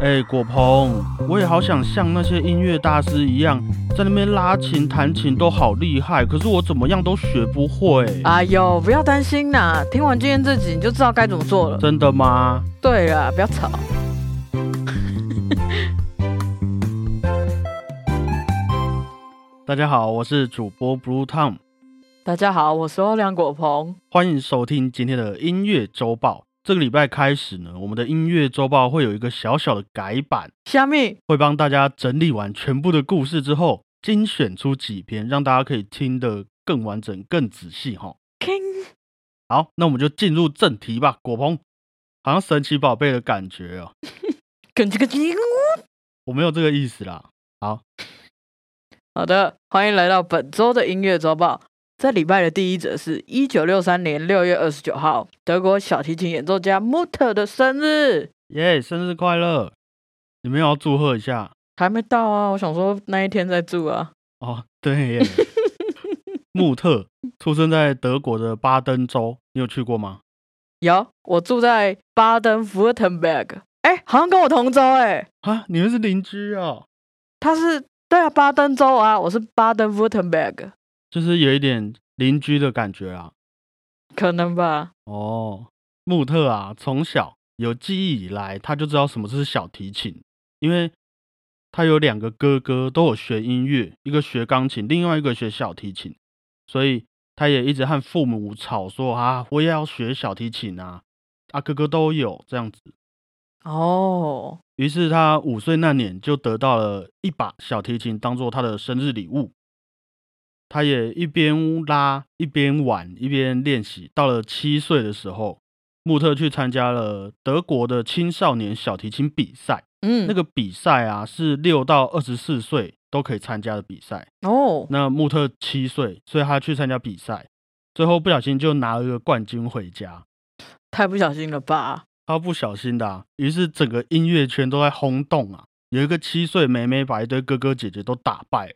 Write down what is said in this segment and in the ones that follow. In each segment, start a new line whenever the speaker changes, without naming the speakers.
哎、果鹏，我也好想像那些音乐大师一样，在那边拉琴、弹琴都好厉害，可是我怎么样都学不会。
哎呦，不要担心啦，听完今天这集你就知道该怎么做了。
真的吗？
对了，不要吵。
大家好，我是主播 Blue Tom，
大家好，我是欧良果鹏。
欢迎收听今天的音乐周报。这个礼拜开始呢，我们的音乐周报会有一个小小的改版，
虾米，
会帮大家整理完全部的故事之后，精选出几篇，让大家可以听得更完整、更仔细哈。
King，
好，那我们就进入正题吧。果鹏，好像神奇宝贝的感觉哦，
跟这个金。
我没有这个意思啦。
好的，欢迎来到本周的音乐周报。这礼拜的第一则是一九六三年六月二十九号，德国小提琴演奏家穆特的生日。
耶、生日快乐！你们要祝贺一下
还没到啊，我想说那一天再住啊。
哦。对耶，穆特出生在德国的巴登州，你有去过吗？
有，我住在巴登符尔滕贝格，哎，好像跟我同州哎、
啊，你们是邻居哦，
他是对啊，巴登州啊，我是巴登 Württemberg，
就是有一点邻居的感觉啊。
可能吧？
哦，穆特啊，从小有记忆以来，他就知道什么是小提琴，因为他有两个哥哥都有学音乐，一个学钢琴，另外一个学小提琴，所以他也一直和父母吵说啊，我也要学小提琴啊，啊，哥哥都有这样子。
哦，
于是他五岁那年就得到了一把小提琴当做他的生日礼物。他也一边拉一边玩一边练习。到了七岁的时候，穆特去参加了德国的青少年小提琴比赛。
嗯，
那个比赛啊，是六到二十四岁都可以参加的比赛。
哦，
那穆特七岁，所以他去参加比赛，最后不小心就拿了一个冠军回家。
太不小心了吧？
超不小心的、啊，于是整个音乐圈都在轰动啊！有一个七岁妹妹把一堆哥哥姐姐都打败，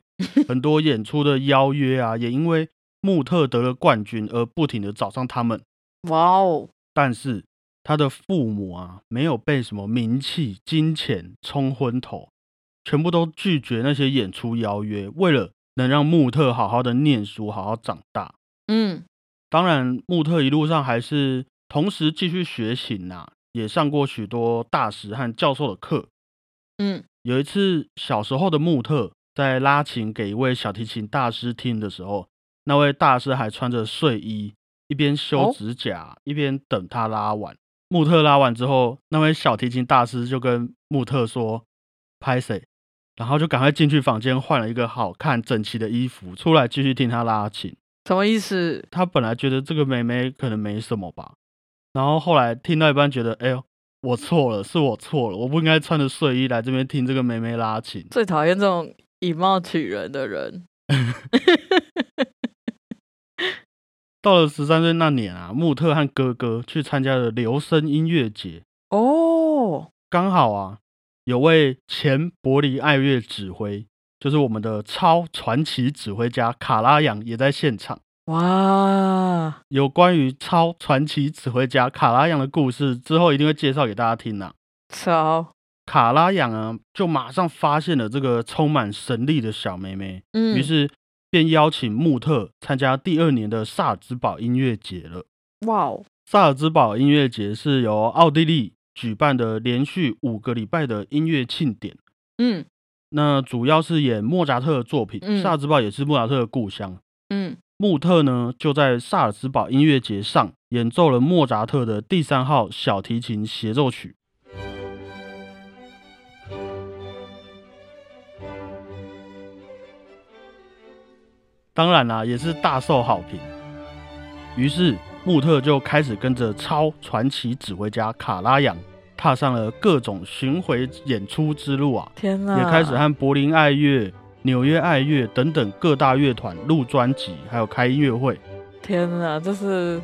很多演出的邀约啊，也因为穆特得了冠军而不停的找上他们。
哇哦，
但是他的父母啊，没有被什么名气、金钱冲昏头，全部都拒绝那些演出邀约，为了能让穆特好好的念书，好好长大。
嗯，
当然，穆特一路上还是同时继续学琴呐、也上过许多大师和教授的课。
嗯，
有一次，小时候的穆特在拉琴给一位小提琴大师听的时候，那位大师还穿着睡衣，一边修
哦
指甲、一边等他拉完。穆特拉完之后，那位小提琴大师就跟穆特说：“拍谁？”然后就赶快进去房间换了一个好看整齐的衣服，出来继续听他拉琴。
什么意思？
他本来觉得这个妹妹可能没什么吧，然后后来听到一半觉得，哎呦，我错了，是我错了，我不应该穿着睡衣来这边听这个妹妹拉琴。
最讨厌这种以貌取人的人。
到了十三岁那年啊，穆特和哥哥去参加了留声音乐节，
哦，
刚好啊，有位前柏林爱乐指挥，就是我们的超传奇指挥家卡拉扬也在现场。
哇，
有关于超传奇指挥家卡拉扬的故事，之后一定会介绍给大家听啊。
超，
卡拉扬啊，就马上发现了这个充满神力的小妹妹，
嗯，
于是便邀请穆特参加第二年的萨尔兹堡音乐节了。
哇哦，
萨尔兹堡音乐节是由奥地利举办的连续五个礼拜的音乐庆典，
嗯
那主要是演莫扎特的作品。
嗯
萨尔兹堡也是莫扎特的故乡。
嗯，
穆特呢，就在萨尔兹堡音乐节上演奏了莫扎特的第三号小提琴协奏曲。当然啦，也是大受好评。于是穆特就开始跟着超传奇指挥家卡拉扬，踏上了各种巡回演出之路啊。
天哪，
也开始和柏林爱乐、纽约爱乐等等各大乐团录专辑，还有开音乐会。
天哪，这是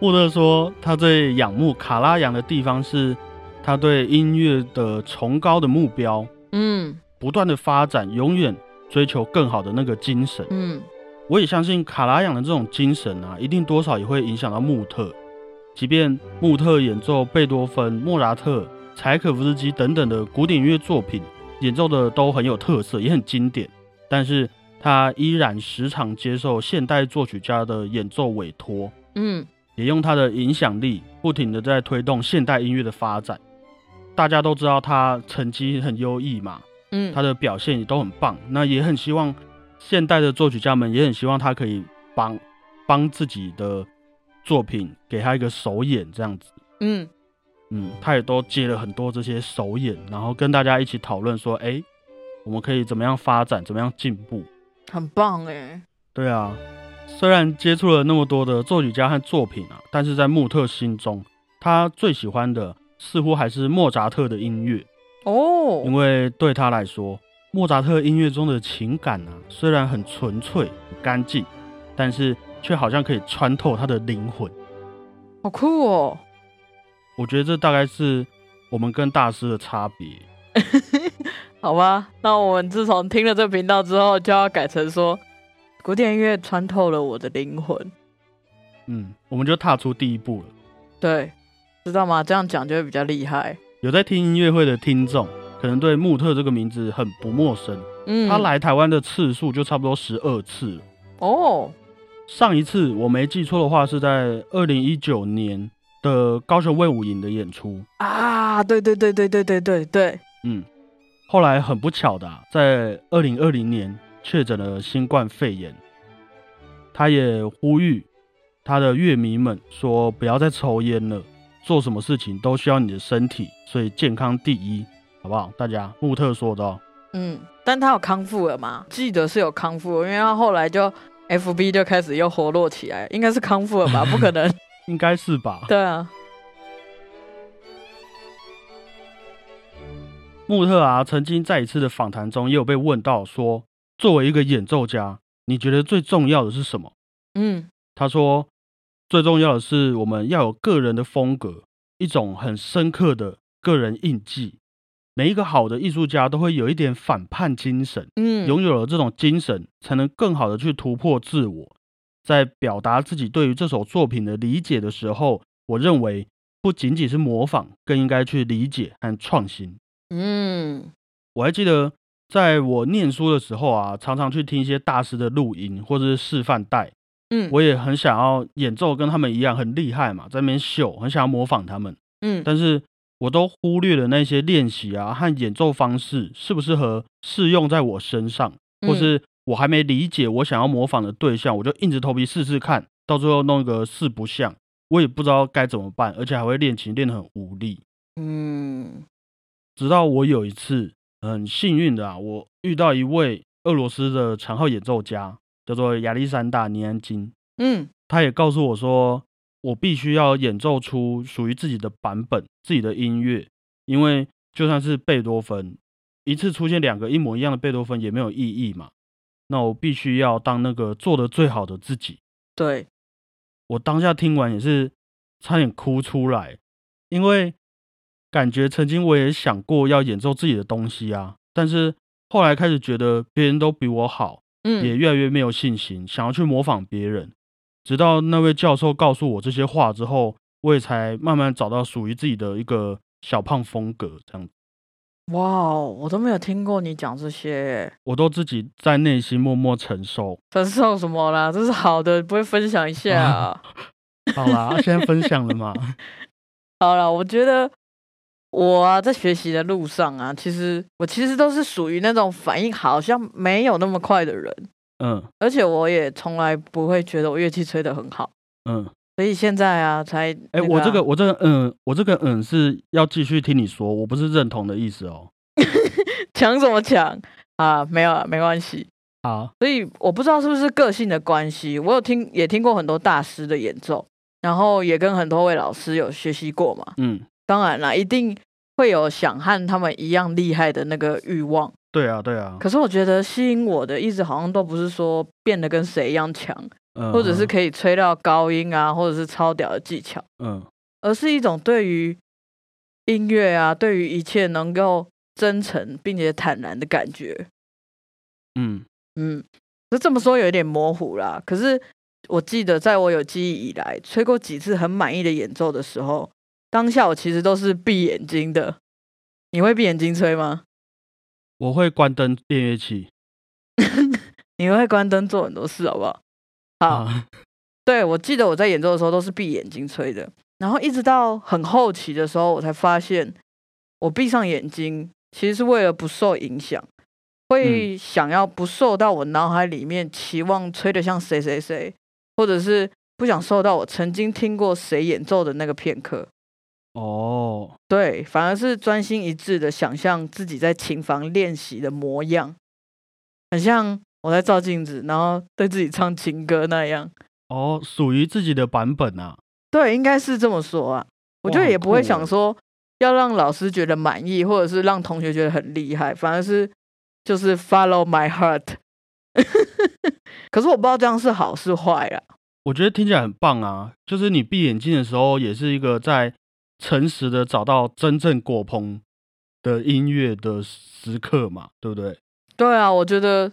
穆特说，他最仰慕卡拉扬的地方是他对音乐的崇高的目标，
嗯
不断的发展，永远追求更好的那个精神。
嗯
我也相信卡拉扬的这种精神啊，一定多少也会影响到穆特。即便穆特演奏贝多芬、莫扎特、柴可夫斯基等等的古典音乐作品，演奏的都很有特色，也很经典。但是他依然时常接受现代作曲家的演奏委托，
嗯，
也用他的影响力不停的在推动现代音乐的发展。大家都知道他成绩很优异嘛，
嗯，
他的表现也都很棒。那也很希望现代的作曲家们也很希望他可以帮帮自己的作品给他一个首演这样子。
嗯
嗯，他也都接了很多这些首演，然后跟大家一起讨论说，哎，我们可以怎么样发展，怎么样进步。
很棒哎，
对啊，虽然接触了那么多的作曲家和作品啊，但是在穆特心中，他最喜欢的似乎还是莫扎特的音乐，
哦
因，为对他来说，莫扎特音乐中的情感啊，虽然很纯粹、很干净，但是却好像可以穿透他的灵魂。
好酷哦，
我觉得这大概是我们跟大师的差别。
好吧，那我们自从听了这频道之后，就要改成说，古典音乐穿透了我的灵魂。
嗯，我们就踏出第一步了。
对，知道吗？这样讲就会比较厉害。
有在听音乐会的听众，可能对穆特这个名字很不陌生。
嗯，
他来台湾的次数就差不多十二次了。
哦，
上一次我没记错的话，是在二零一九年的高雄卫武营的演出。
啊，对对对对对对对对，
嗯，后来很不巧的啊、在二零二零年确诊了新冠肺炎。他也呼吁他的乐迷们说，不要再抽烟了，做什么事情都需要你的身体，所以健康第一，好不好？大家，穆特说的、哦。
嗯，但他有康复了吗？记得是有康复了，因为他后来就 FB 就开始又活络起来，应该是康复了吧？不可能，
应该是吧？
对啊，
穆特啊，曾经在一次的访谈中也有被问到说，作为一个演奏家，你觉得最重要的是什么？
嗯
他说，最重要的是我们要有个人的风格，一种很深刻的个人印记。每一个好的艺术家都会有一点反叛精神，
嗯，
拥有了这种精神，才能更好的去突破自我。在表达自己对于这首作品的理解的时候，我认为不仅仅是模仿，更应该去理解和创新。
嗯
我还记得在我念书的时候啊，常常去听一些大师的录音或者是示范带，
嗯，
我也很想要演奏跟他们一样很厉害嘛，在那边秀，很想要模仿他们，
嗯
但是我都忽略了那些练习啊和演奏方式适不适合适用在我身上，或
嗯
是我还没理解我想要模仿的对象，我就硬着头皮试试看，到最后弄一个四不像，我也不知道该怎么办，而且还会练琴练得很无力。
嗯
直到我有一次很幸运的啊，我遇到一位俄罗斯的长号演奏家，叫做亚历山大尼安金，
嗯
他也告诉我说，我必须要演奏出属于自己的版本、自己的音乐，因为就算是贝多芬，一次出现两个一模一样的贝多芬也没有意义嘛。那我必须要当那个做的最好的自己。
对，
我当下听完也是差点哭出来，因为感觉曾经我也想过要演奏自己的东西啊，但是后来开始觉得别人都比我好，也
嗯
越来越没有信心，想要去模仿别人。直到那位教授告诉我这些话之后，我也才慢慢找到属于自己的一个小胖风格，这样子
哇哦，我都没有听过你讲这些耶，
我都自己在内心默默承受。
分手什么啦？这是好的，不会分享一下啊、
好啦，现在分享了嘛，
好了，我觉得我啊，在学习的路上啊，其实我其实都是属于那种反应好像没有那么快的人，
嗯
而且我也从来不会觉得我乐器吹得很好，
嗯，
所以现在啊，才
哎、
那
我这
啊
个我这个嗯，我这个嗯是要继续听你说，我不是认同的意思哦。
抢什么抢啊？没有啊，没关系。
好，
所以我不知道是不是个性的关系，我有听也听过很多大师的演奏，然后也跟很多位老师有学习过嘛。
嗯，
当然啦，一定会有想和他们一样厉害的那个欲望。
对啊，对啊，
可是我觉得吸引我的，一直好像都不是说变得跟谁一样强，
嗯
或者是
哼
可以吹到高音啊，或者是超屌的技巧，
嗯
而是一种对于音乐啊，对于一切能够真诚并且坦然的感觉。
嗯
嗯，那这么说有一点模糊啦。可是我记得，在我有记忆以来，吹过几次很满意的演奏的时候，当下我其实都是闭眼睛的，你会闭眼睛吹吗？
我会关灯练乐器。
你会关灯做很多事，好不好？好，
啊，
对我记得我在演奏的时候都是闭眼睛吹的，然后一直到很后期的时候，我才发现我闭上眼睛其实是为了不受影响，会想要不受到我脑海里面期望吹得像谁谁谁，或者是不想受到我曾经听过谁演奏的那个片刻。
哦，
对，反而是专心一致的想象自己在琴房练习的模样，很像我在照镜子，然后对自己唱情歌那样。
哦，属于自己的版本啊。
对，应该是这么说啊。我觉
哇
得
好
也不会
酷
想
欸
说要让老师觉得满意，或者是让同学觉得很厉害，反而是就是 follow my heart。可是我不知道这样是好是坏啊啦。
我觉得听起来很棒啊，就是你闭眼睛的时候，也是一个在诚实的找到真正果鹏的音乐的时刻嘛，对不对？
对啊，我觉得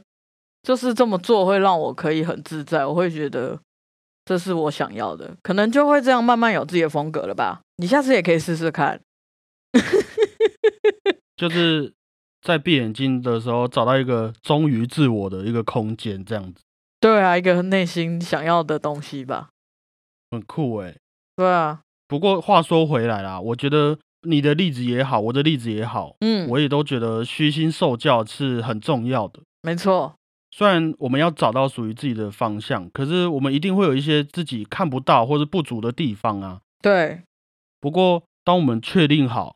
就是这么做会让我可以很自在，我会觉得这是我想要的，可能就会这样慢慢有自己的风格了吧。你下次也可以试试看。
就是在闭眼睛的时候，找到一个忠于自我的一个空间，这样子
对啊，一个内心想要的东西吧。
很酷诶、
对啊，
不过话说回来啦，我觉得你的例子也好，我的例子也好，
嗯，
我也都觉得虚心受教是很重要的。
没错，
虽然我们要找到属于自己的方向，可是我们一定会有一些自己看不到或是不足的地方啊。
对，
不过，当我们确定好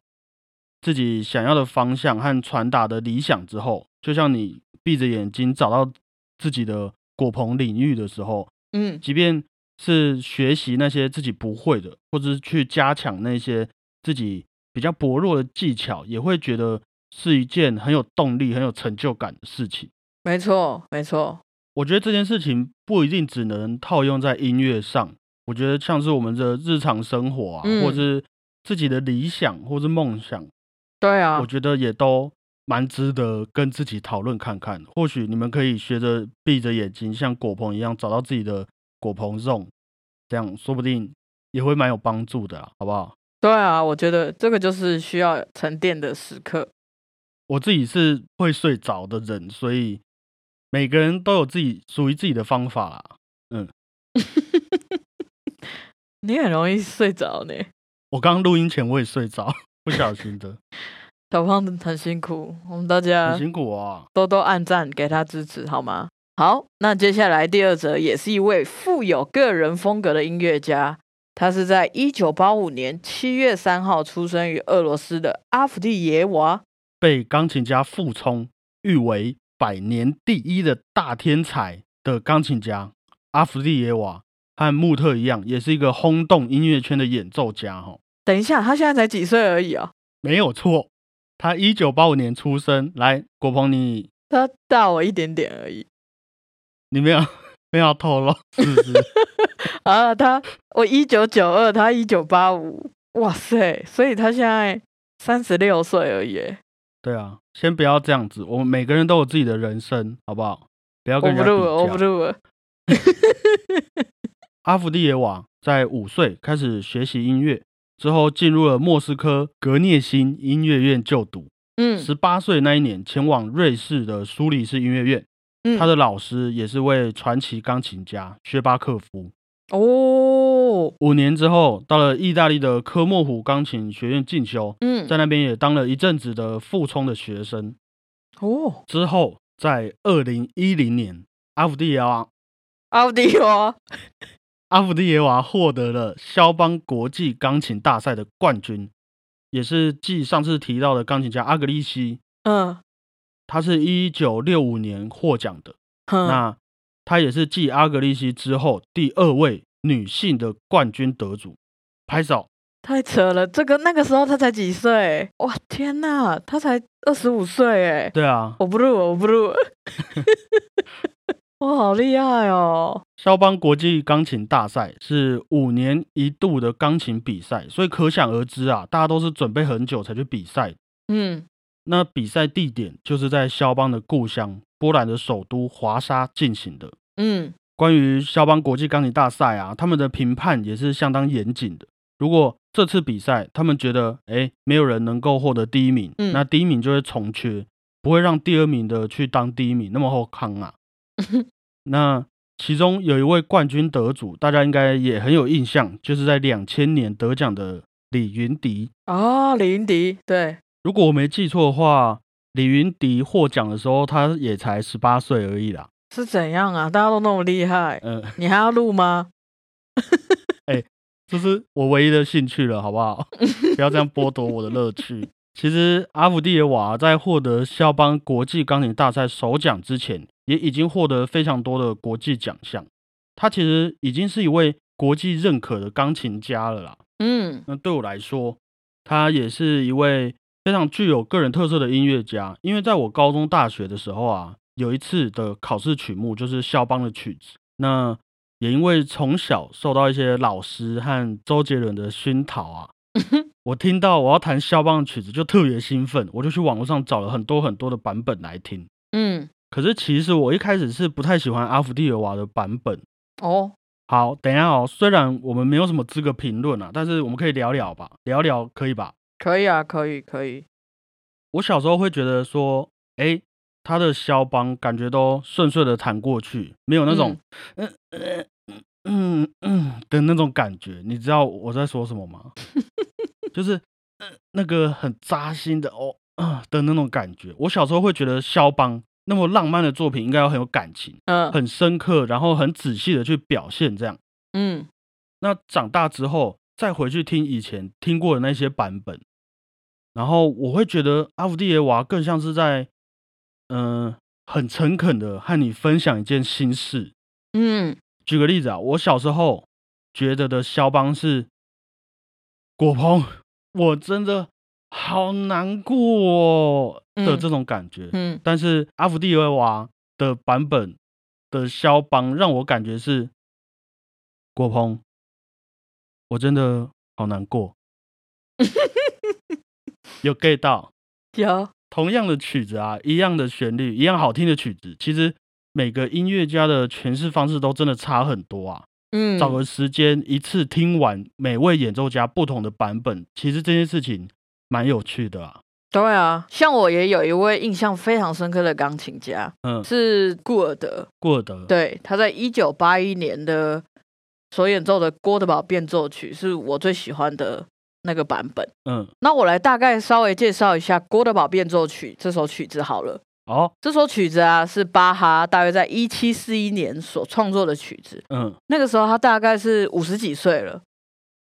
自己想要的方向和传达的理想之后，就像你闭着眼睛找到自己的果鹏领域的时候，
嗯，
即便是学习那些自己不会的，或者是去加强那些自己比较薄弱的技巧，也会觉得是一件很有动力、很有成就感的事情。
没错，没错，
我觉得这件事情不一定只能套用在音乐上，我觉得像是我们的日常生活啊，
嗯
或是自己的理想或是梦想，
对啊
我，觉得也都蛮值得跟自己讨论看看。或许你们可以学着闭着眼睛，像果鹏一样找到自己的果鹏 zone，这样说不定也会蛮有帮助的啊，好不好？
对啊，我觉得这个就是需要沉淀的时刻。
我自己是会睡着的人，所以每个人都有自己属于自己的方法啦。
你很容易睡着呢，
我刚录音前我也睡着， 不小心的。
小胖子很辛苦，我们大家
很辛苦啊。
多多按赞给他支持好吗？好，那接下来第二则也是一位富有个人风格的音乐家，他是在一九八五年七月三号出生于俄罗斯的阿夫蒂耶娃。
被钢琴家傅聪誉为百年第一的大天才的钢琴家阿弗利耶娃，和穆特一样，也是一个轰动音乐圈的演奏家哈、哦，
等一下，他现在才几岁而已啊、
没有错。他一九八五年出生，来，国鹏你
他大我一点点而已
你没有没有透露是不 是？
啊。他我一九九二，他一九八五，哇塞，所以他现在三十六岁而已耶。
对啊，先不要这样子，我们每个人都有自己的人生，好不好？不要
我
跟人
不
家
录了，我
比
不
较。
录了。
阿弗利耶娃在五岁开始学习音乐，之后进入了莫斯科格涅辛音乐院就读。
嗯
十八岁那一年，前往瑞士的苏黎世音乐院，
嗯，
他的老师也是位传奇钢琴家薛巴克夫。
哦，
五年之后，到了意大利的科莫湖钢琴学院进修，
嗯
在那边也当了一阵子的傅聪的学生。
哦，
之后，在二零一零年，阿弗蒂耶娃
奥迪哦。
阿弗蒂耶娃获得了肖邦国际钢琴大赛的冠军，也是继上次提到的钢琴家阿格利西，
嗯，
他是一九六五年获奖的。
哼，
那她也是继阿格丽西之后第二位女性的冠军得主。拍手，
太扯了！这个那个时候他才几岁？哇，天哪，他才二十五岁哎！
对啊，
我不录了，我 不录了。哇，好厉害哦！
肖邦国际钢琴大赛是五年一度的钢琴比赛，所以可想而知啊，大家都是准备很久才去比赛。
嗯，
那比赛地点就是在肖邦的故乡波兰的首都华沙进行的。
嗯，
关于肖邦国际钢琴大赛啊，他们的评判也是相当严谨的。如果这次比赛，他们觉得，哎，没有人能够获得第一名，
嗯
那第一名就会重缺，不会让第二名的去当第一名，那么后康啊。那其中有一位冠军得主，大家应该也很有印象，就是在两千年得奖的李云迪。
啊，李云迪，对，
如果我没记错的话，李云迪获奖的时候，他也才十八岁而已啦。
是怎样啊？大家都那么厉害，
呃，
你还要录吗？
这是我唯一的兴趣了，好不好？ 不要这样剥夺我的乐趣。其实，阿夫蒂耶瓦在获得肖邦国际钢琴大赛首奖之前，也已经获得非常多的国际奖项。他其实已经是一位国际认可的钢琴家了啦。
嗯
那对我来说，他也是一位非常具有个人特色的音乐家。因为在我高中、大学的时候啊，有一次的考试曲目就是肖邦的曲子。那也因为从小受到一些老师和周杰伦的熏陶啊，我听到我要弹肖邦的曲子就特别兴奋，我就去网络上找了很多很多的版本来听。
嗯，
可是其实我一开始是不太喜欢阿弗蒂尔瓦的版本。
哦，
好，等一下哦。虽然我们没有什么资格评论啊，但是我们可以聊聊吧，聊聊可以吧？
可以啊，可以，可以，
我小时候会觉得说，哎，他的肖邦感觉都顺顺的弹过去，没有那种嗯嗯嗯嗯的那种感觉。你知道我在说什么吗？就是、呃那个很扎心的哦、啊的那种感觉。我小时候会觉得肖邦那么浪漫的作品应该要很有感情、
嗯
很深刻，然后很仔细的去表现这样。
嗯，
那长大之后再回去听以前听过的那些版本，然后我会觉得阿福蒂耶娃更像是在，嗯、很诚恳的和你分享一件心事。
嗯，
举个例子啊，我小时候觉得的肖邦是果鹏，我真的好难过、哦、的
嗯
这种感觉。
嗯，
但是阿福蒂耶娃的版本的肖邦让我感觉是果鹏，我真的好难 过。有 get 到？
有，
同样的曲子啊，一样的旋律，一样好听的曲子，其实每个音乐家的诠释方式都真的差很多啊。
嗯，
找个时间一次听完每位演奏家不同的版本，其实这件事情蛮有趣的啊。
对啊，像我也有一位印象非常深刻的钢琴家，
嗯，
是顾尔德，
过得
对，他在一九八一年的所演奏的《郭德堡变奏曲》是我最喜欢的那个版本。
嗯，
那我来大概稍微介绍一下《郭德堡变奏曲》这首曲子好了。
哦，
这首曲子啊，是巴哈大约在一七四一年所创作的曲子。
嗯
那个时候他大概是五十几岁了。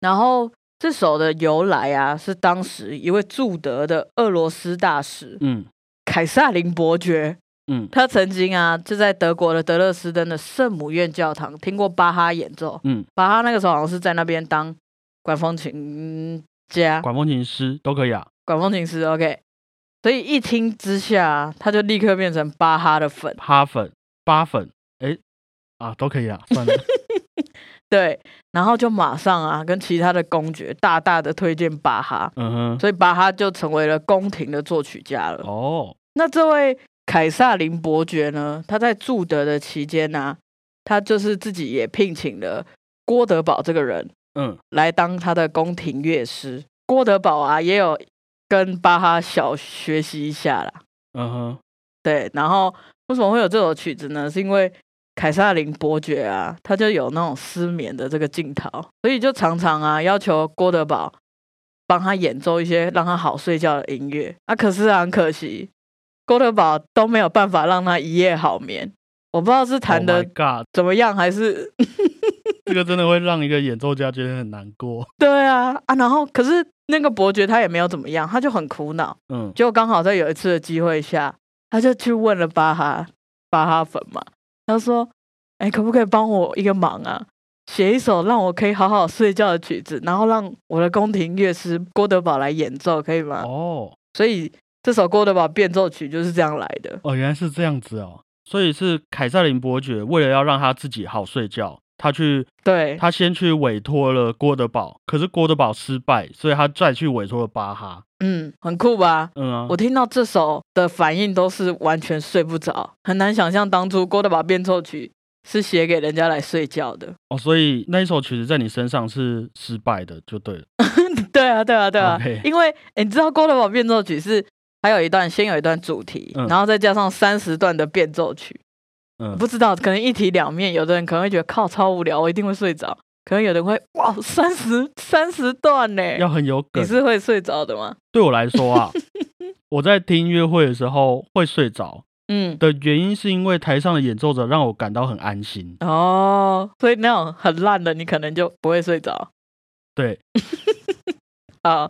然后这首的由来啊，是当时一位驻德的俄罗斯大使
嗯
凯撒林伯爵，
嗯
他曾经啊就在德国的德勒斯登的圣母院教堂听过巴哈演奏。
嗯，
巴哈那个时候好像是在那边当管风琴家、
管风琴师都可以啊。
管风琴师。OK，所以一听之下啊，他就立刻变成巴哈的粉。
哈粉、八粉，哎啊，都可以 啦，算了。
对，然后就马上啊跟其他的公爵大大的推荐巴哈。
嗯哼，
所以巴哈就成为了宫廷的作曲家了。
哦，
那这位凯撒林伯爵呢，他在驻德的期间呢、他就是自己也聘请了郭德堡这个人
嗯
来当他的宫廷乐师。郭德堡啊，也有跟巴哈小学习一下啦。
嗯哼，
对，然后为什么会有这首曲子呢？是因为凯撒林伯爵啊，他就有那种失眠的这个镜头，所以就常常啊要求郭德堡帮他演奏一些让他好睡觉的音乐。啊，可是啊很可惜，郭德堡都没有办法让他一夜好眠。我不知道是弹
Oh
的
my God，
怎么样，还是
这个真的会让一个演奏家觉得很难过。
对啊啊，然后可是那个伯爵他也没有怎么样，他就很苦恼。
嗯
就刚好在有一次的机会下，他就去问了巴哈巴哈粉嘛，他说：“哎、可不可以帮我一个忙啊？写一首让我可以好好睡觉的曲子，然后让我的宫廷乐师郭德堡来演奏，可以吗？”
哦
所以这首郭德堡变奏曲就是这样来的。
哦，原来是这样子哦。所以是凯撒琳伯爵为了要让他自己好睡觉，他去
对
他先去委托了郭德堡，可是郭德堡失败，所以他再去委托了巴哈。
嗯，很酷吧？
嗯啊
我，听到这首的反应都是完全睡不着，很难想象当初郭德堡变奏曲是写给人家来睡觉的。
哦，所以那一首曲子在你身上是失败的，就对了。
对啊，对啊，对啊
OK
因为诶你知道《郭德堡变奏曲》是还有一段，先有一段主题，
嗯
然后再加上三十段的变奏曲。
嗯，
不知道，可能一体两面，有的人可能会觉得靠超无聊，我一定会睡着。可能有的人会哇，三十三十段呢，
要很有
你
梗。
是会睡着的吗？
对我来说啊，我在听音乐会的时候会睡着
嗯，
的原因，是因为台上的演奏者让我感到很安心。
哦，所以那种很烂的，你可能就不会睡着。
对，
啊，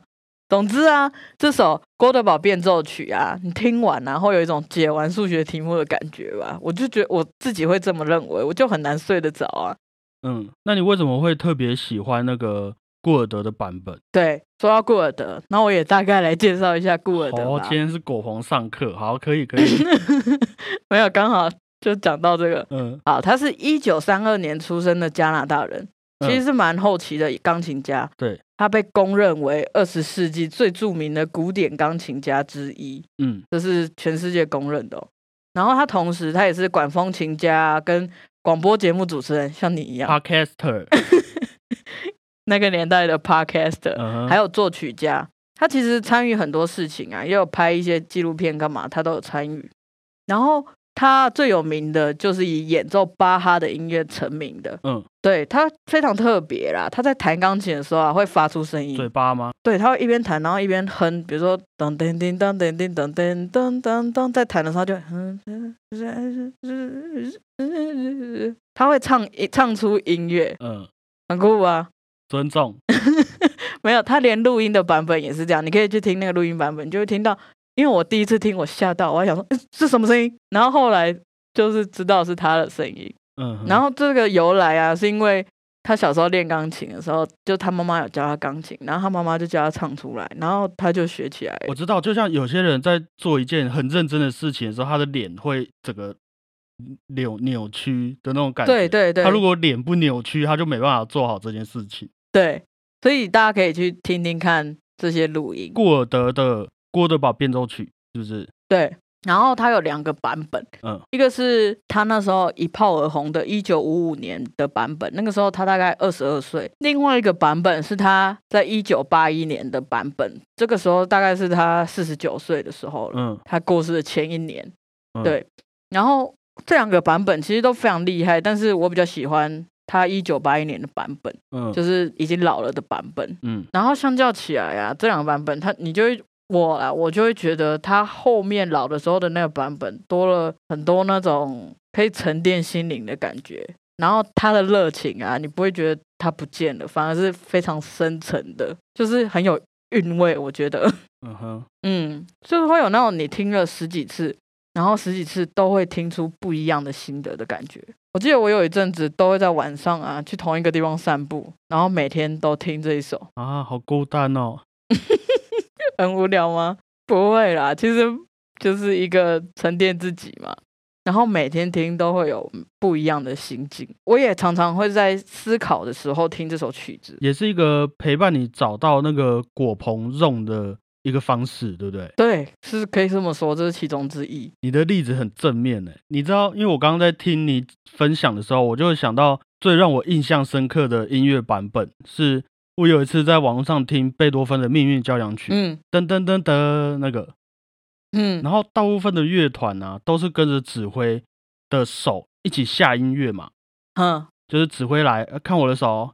总之啊，这首《郭德堡变奏曲》啊，你听完然、后有一种解完数学题目的感觉吧。我就觉得我自己会这么认为，我就很难睡得着啊。
嗯，那你为什么会特别喜欢那个顾尔德的版本？
对，说到顾尔德，那我也大概来介绍一下顾尔德
哦
吧，。
今天是果鹏上课，好，可以可 以，
没有，刚好就讲到这个。
嗯，
好，他是一九三二年出生的加拿大人，
嗯
其实是蛮后期的钢琴家。
对，
他被公认为二十世纪最著名的古典钢琴家之一。
嗯
这是全世界公认的、哦。然后他同时他也是管风琴家啊、跟广播节目主持人，像你一样，
，Podcaster，
那个年代的 podcast，、
嗯
还
有
有作曲家。他其实参与很多事情啊，也有拍一些纪录片干嘛，他都有参与。然后他最有名的就是以演奏巴哈的音乐成名的。
嗯，
对他非常特别啦，他在弹钢琴的时候啊，会发出声音，
嘴巴吗？
对，他会一边弹，然后一边哼，比如说噔噔叮当噔叮噔噔噔噔噔，在弹的时候他就哼，他会唱一唱出音乐，
嗯，
很酷啊。
尊重，
没有，他连录音的版本也是这样，你可以去听那个录音版本，就会听到。因为我第一次听，我吓到，我还想说、嗯是什么声音，然后后来就是知道是他的声音。
嗯，
然后这个由来啊，是因为他小时候练钢琴的时候，就他妈妈有教他钢琴，然后他妈妈就教他唱出来，然后他就学起来了。
我知道，就像有些人在做一件很认真的事情的时候，他的脸会整个扭扭曲的那种感觉。
对对对，
他如果脸不扭曲，他就没办法做好这件事情。
对，所以大家可以去听听看这些录音。
顾尔德的《郭德堡变奏曲》是不是？
对，然后它有两个版本，
嗯，
一个是他那时候一炮而红的1955年的版本，那个时候他大概二十二岁；另外一个版本是他在1981年的版本，这个时候大概是他四十九岁的时候了，
嗯，
他过世的前一年。
嗯
对然后这两个版本其实都非常厉害，但是我比较喜欢他1981年的版本，
嗯，
就是已经老了的版本。
嗯
然后相较起来啊，这两个版本，它你就会我啊，我就会觉得它后面老的时候的那个版本多了很多那种可以沉淀心灵的感觉，然后它的热情啊，你不会觉得它不见了，反而是非常深沉的，就是很有韵味，我觉得，
嗯哼，
嗯，就是会有那种你听了十几次。然后十几次都会听出不一样的心得的感觉。我记得我有一阵子都会在晚上啊，去同一个地方散步，然后每天都听这一首，
啊，好孤单哦。
很无聊吗？不会啦，其实就是一个沉淀自己嘛。然后每天听都会有不一样的心境。我也常常会在思考的时候听这首曲子。
也是一个陪伴你找到那个果鹏用的一个方式，对不对？
对，是可以这么说，这是其中之一。
你的例子很正面呢。你知道，因为我刚刚在听你分享的时候，我就想到最让我印象深刻的音乐版本是。我有一次在网络上听贝多芬的《命运交响曲》，
嗯
噔噔噔噔那个，
嗯
然后大部分的乐团呢、都是跟着指挥的手一起下音乐嘛，
嗯，
就是指挥来、呃看我的手，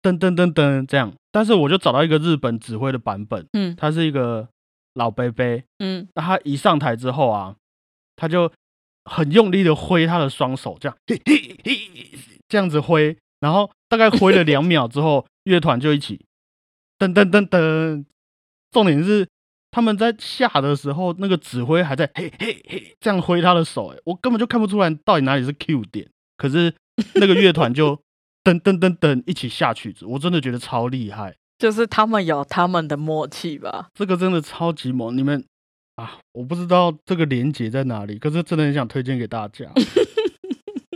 噔噔噔噔这样。但是我就找到一个日本指挥的版本，
嗯
他是一个老伯伯，
嗯
那他一上台之后啊，他就很用力的挥他的双手，这样嘿嘿嘿这样子挥，然后大概挥了两秒之后， 乐团就一起噔噔噔噔。重点是他们在下的时候，那个指挥还在嘿嘿嘿这样挥他的手、欸，我根本就看不出来到底哪里是 Q 点。可是那个乐团就 噔噔噔噔一起下曲子，我真的觉得超厉害。
就是他们有他们的默契吧。
这个真的超级猛！你们啊，我不知道这个连接在哪里，可是真的很想推荐给大家。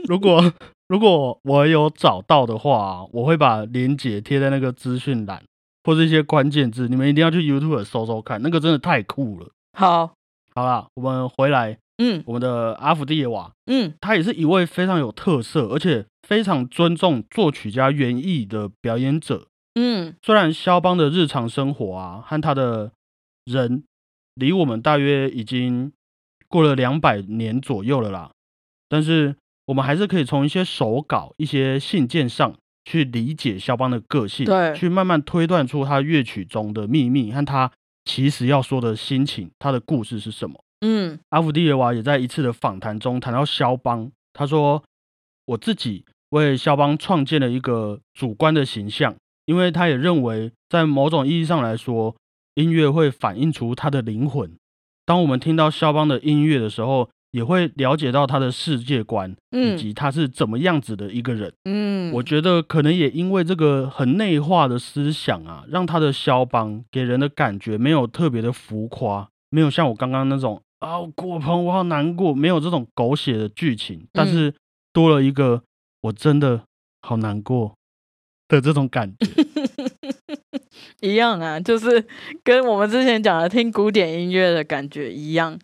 如果如果我有找到的话，啊我会把连接贴在那个资讯栏或是一些关键字，你们一定要去 YouTube 搜搜看，那个真的太酷了。
好，
好啦，我们回来
嗯
我们的阿弗蒂耶娃，
嗯
他也是一位非常有特色，而且非常尊重作曲家原意的表演者。
嗯
虽然肖邦的日常生活啊和他的人离我们大约已经过了两百年左右了啦，但是我们还是可以从一些手稿、一些信件上去理解肖邦的个性，
对
去慢慢推断出他乐曲中的秘密和他其实要说的心情，他的故事是什么。
嗯
阿弗迪耶娃也在一次的访谈中谈到肖邦，他说：“我自己为肖邦创建了一个主观的形象，因为他也认为，在某种意义上来说，音乐会反映出他的灵魂。当我们听到肖邦的音乐的时候，也会了解到他的世界观以
嗯
及他是怎么样子的一个人。
嗯，
我觉得可能也因为这个很内化的思想啊，让他的肖邦给人的感觉没有特别的浮夸，没有像我刚刚那种啊，我果鹏我好难过，没有这种狗血的剧情，但是多了一个我真的好难过的这种感觉。
一样啊，就是跟我们之前讲的听古典音乐的感觉一样，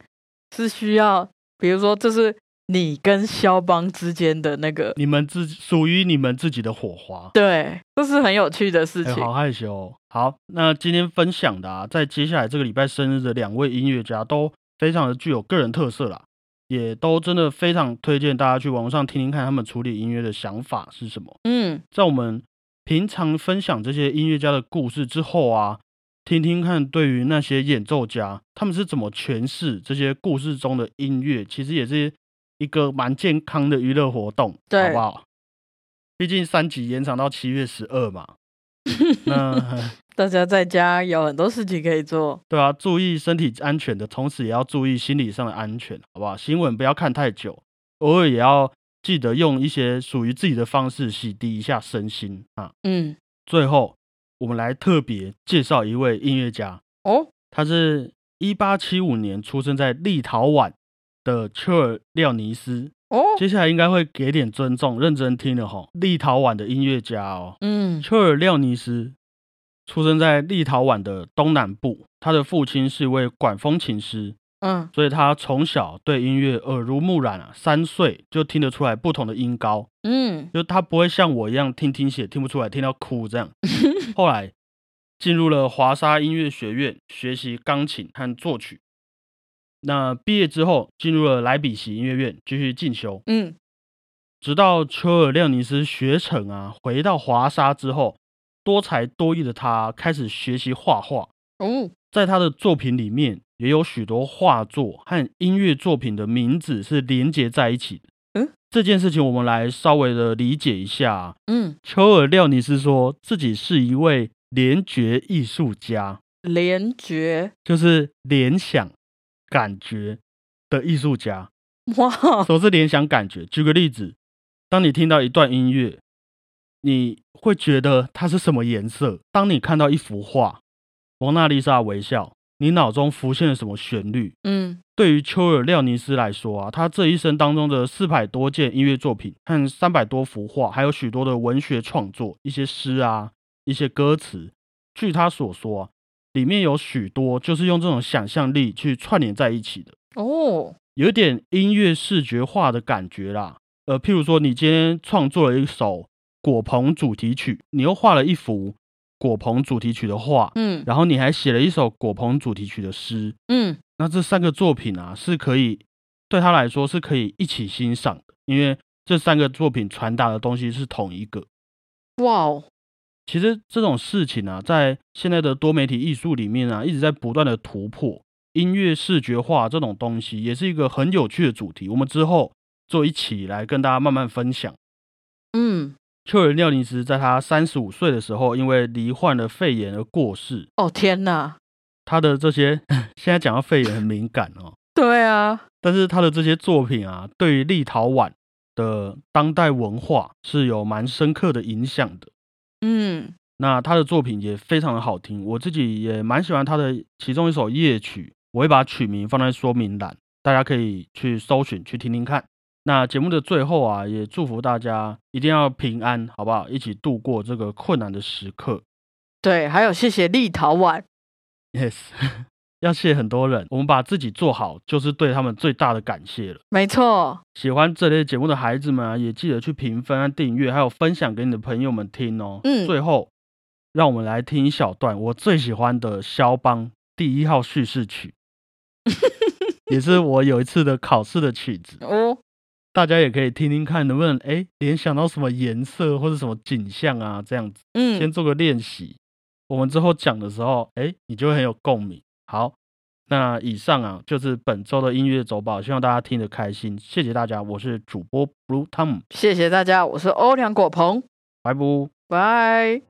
是需要，比如说，这是你跟肖邦之间的那个，
你们自属于你们自己的火花。
对，这是很有趣的事
哎、
情。
好害羞哦、好，那今天分享的啊，在接下来这个礼拜生日的两位音乐家都非常的具有个人特色啦，也都真的非常推荐大家去网络上听听看他们处理音乐的想法是什么。
嗯
在我们平常分享这些音乐家的故事之后啊，听听看对于那些演奏家他们是怎么诠释这些故事中的音乐，其实也是一个蛮健康的娱乐活动，
对
好不好？毕竟三级延长到七月十二嘛，那
大家在家有很多事情可以做。
对啊，注意身体安全的同时，也要注意心理上的安全，好不好？新闻不要看太久，偶尔也要记得用一些属于自己的方式洗涤一下身心啊。
嗯，
最后，我们来特别介绍一位音乐家，
哦，
他是一八七五年出生在立陶宛的丘尔廖尼斯。
哦，
接下来应该会给点尊重，认真听了哈。立陶宛的音乐家哦，
嗯
丘尔廖尼斯出生在立陶宛的东南部，他的父亲是一位管风琴师，
嗯
所以他从小对音乐耳濡目染啊，三岁就听得出来不同的音高，
嗯
就他不会像我一样听听写听不出来，听到哭这样。后来进入了华沙音乐学院学习钢琴和作曲。那毕业之后，进入了莱比锡音乐院继续进修，
嗯
直到丘尔廖尼斯学成啊，回到华沙之后，多才多艺的他开始学习画画，
哦，
在他的作品里面也有许多画作和音乐作品的名字是连接在一起的。
嗯，
这件事情我们来稍微的理解一下啊、
嗯，
丘尔廖尼斯说自己是一位联觉艺术家，
联觉，
就是联想感觉的艺术家。
哇，
什么是联想感觉？举个例子，当你听到一段音乐，你会觉得它是什么颜色？当你看到一幅画《蒙娜丽莎微笑》，你脑中浮现了什么旋律？
嗯
对于丘尔廖尼斯来说啊，他这一生当中的四百多件音乐作品和三百多幅画，还有许多的文学创作，一些诗啊，一些歌词。据他所说、啊，里面有许多就是用这种想象力去串联在一起的。
哦，
有一点音乐视觉化的感觉啦。呃，譬如说，你今天创作了一首果鹏主题曲，你又画了一幅果鹏主题曲的画，
嗯
然后你还写了一首果鹏主题曲的诗。
嗯
那这三个作品啊，是可以对他来说是可以一起欣赏的，因为这三个作品传达的东西是同一个。
哇哦，
其实这种事情啊，在现在的多媒体艺术里面啊，一直在不断的突破。音乐视觉化这种东西，也是一个很有趣的主题。我们之后做一起来跟大家慢慢分享。
嗯，
丘尔廖尼斯在他三十五岁的时候，因为罹患了肺炎而过世。
哦天哪，
他的这些 现在讲到肺炎很敏感哦，
对啊，
但是他的这些作品啊，对于立陶宛的当代文化是有蛮深刻的影响的。
嗯
那他的作品也非常的好听，我自己也蛮喜欢他的其中一首夜曲，我会把曲名放在说明栏，大家可以去搜寻去听听看。那节目的最后啊，也祝福大家一定要平安，好不好？一起度过这个困难的时刻。
对，还有谢谢立陶宛，
Yes， 要谢很多人，我们把自己做好，就是对他们最大的感谢了。
没错，
喜欢这类节目的孩子们啊，也记得去评分、按订阅，还有分享给你的朋友们听哦。
嗯
最后让我们来听一小段我最喜欢的肖邦第一号叙事曲，也是我有一次的考试的曲子。
哦，
大家也可以听听看，能不能哎联想到什么颜色或者什么景象啊，这样子先
嗯，
做个练习。我们之后讲的时候，哎，你就会很有共鸣。好，那以上啊就是本周的音乐走宝，希望大家听得开心，谢谢大家，我是主播 Blue Tom，
谢谢大家，我是欧良果鹏，
拜拜。
拜。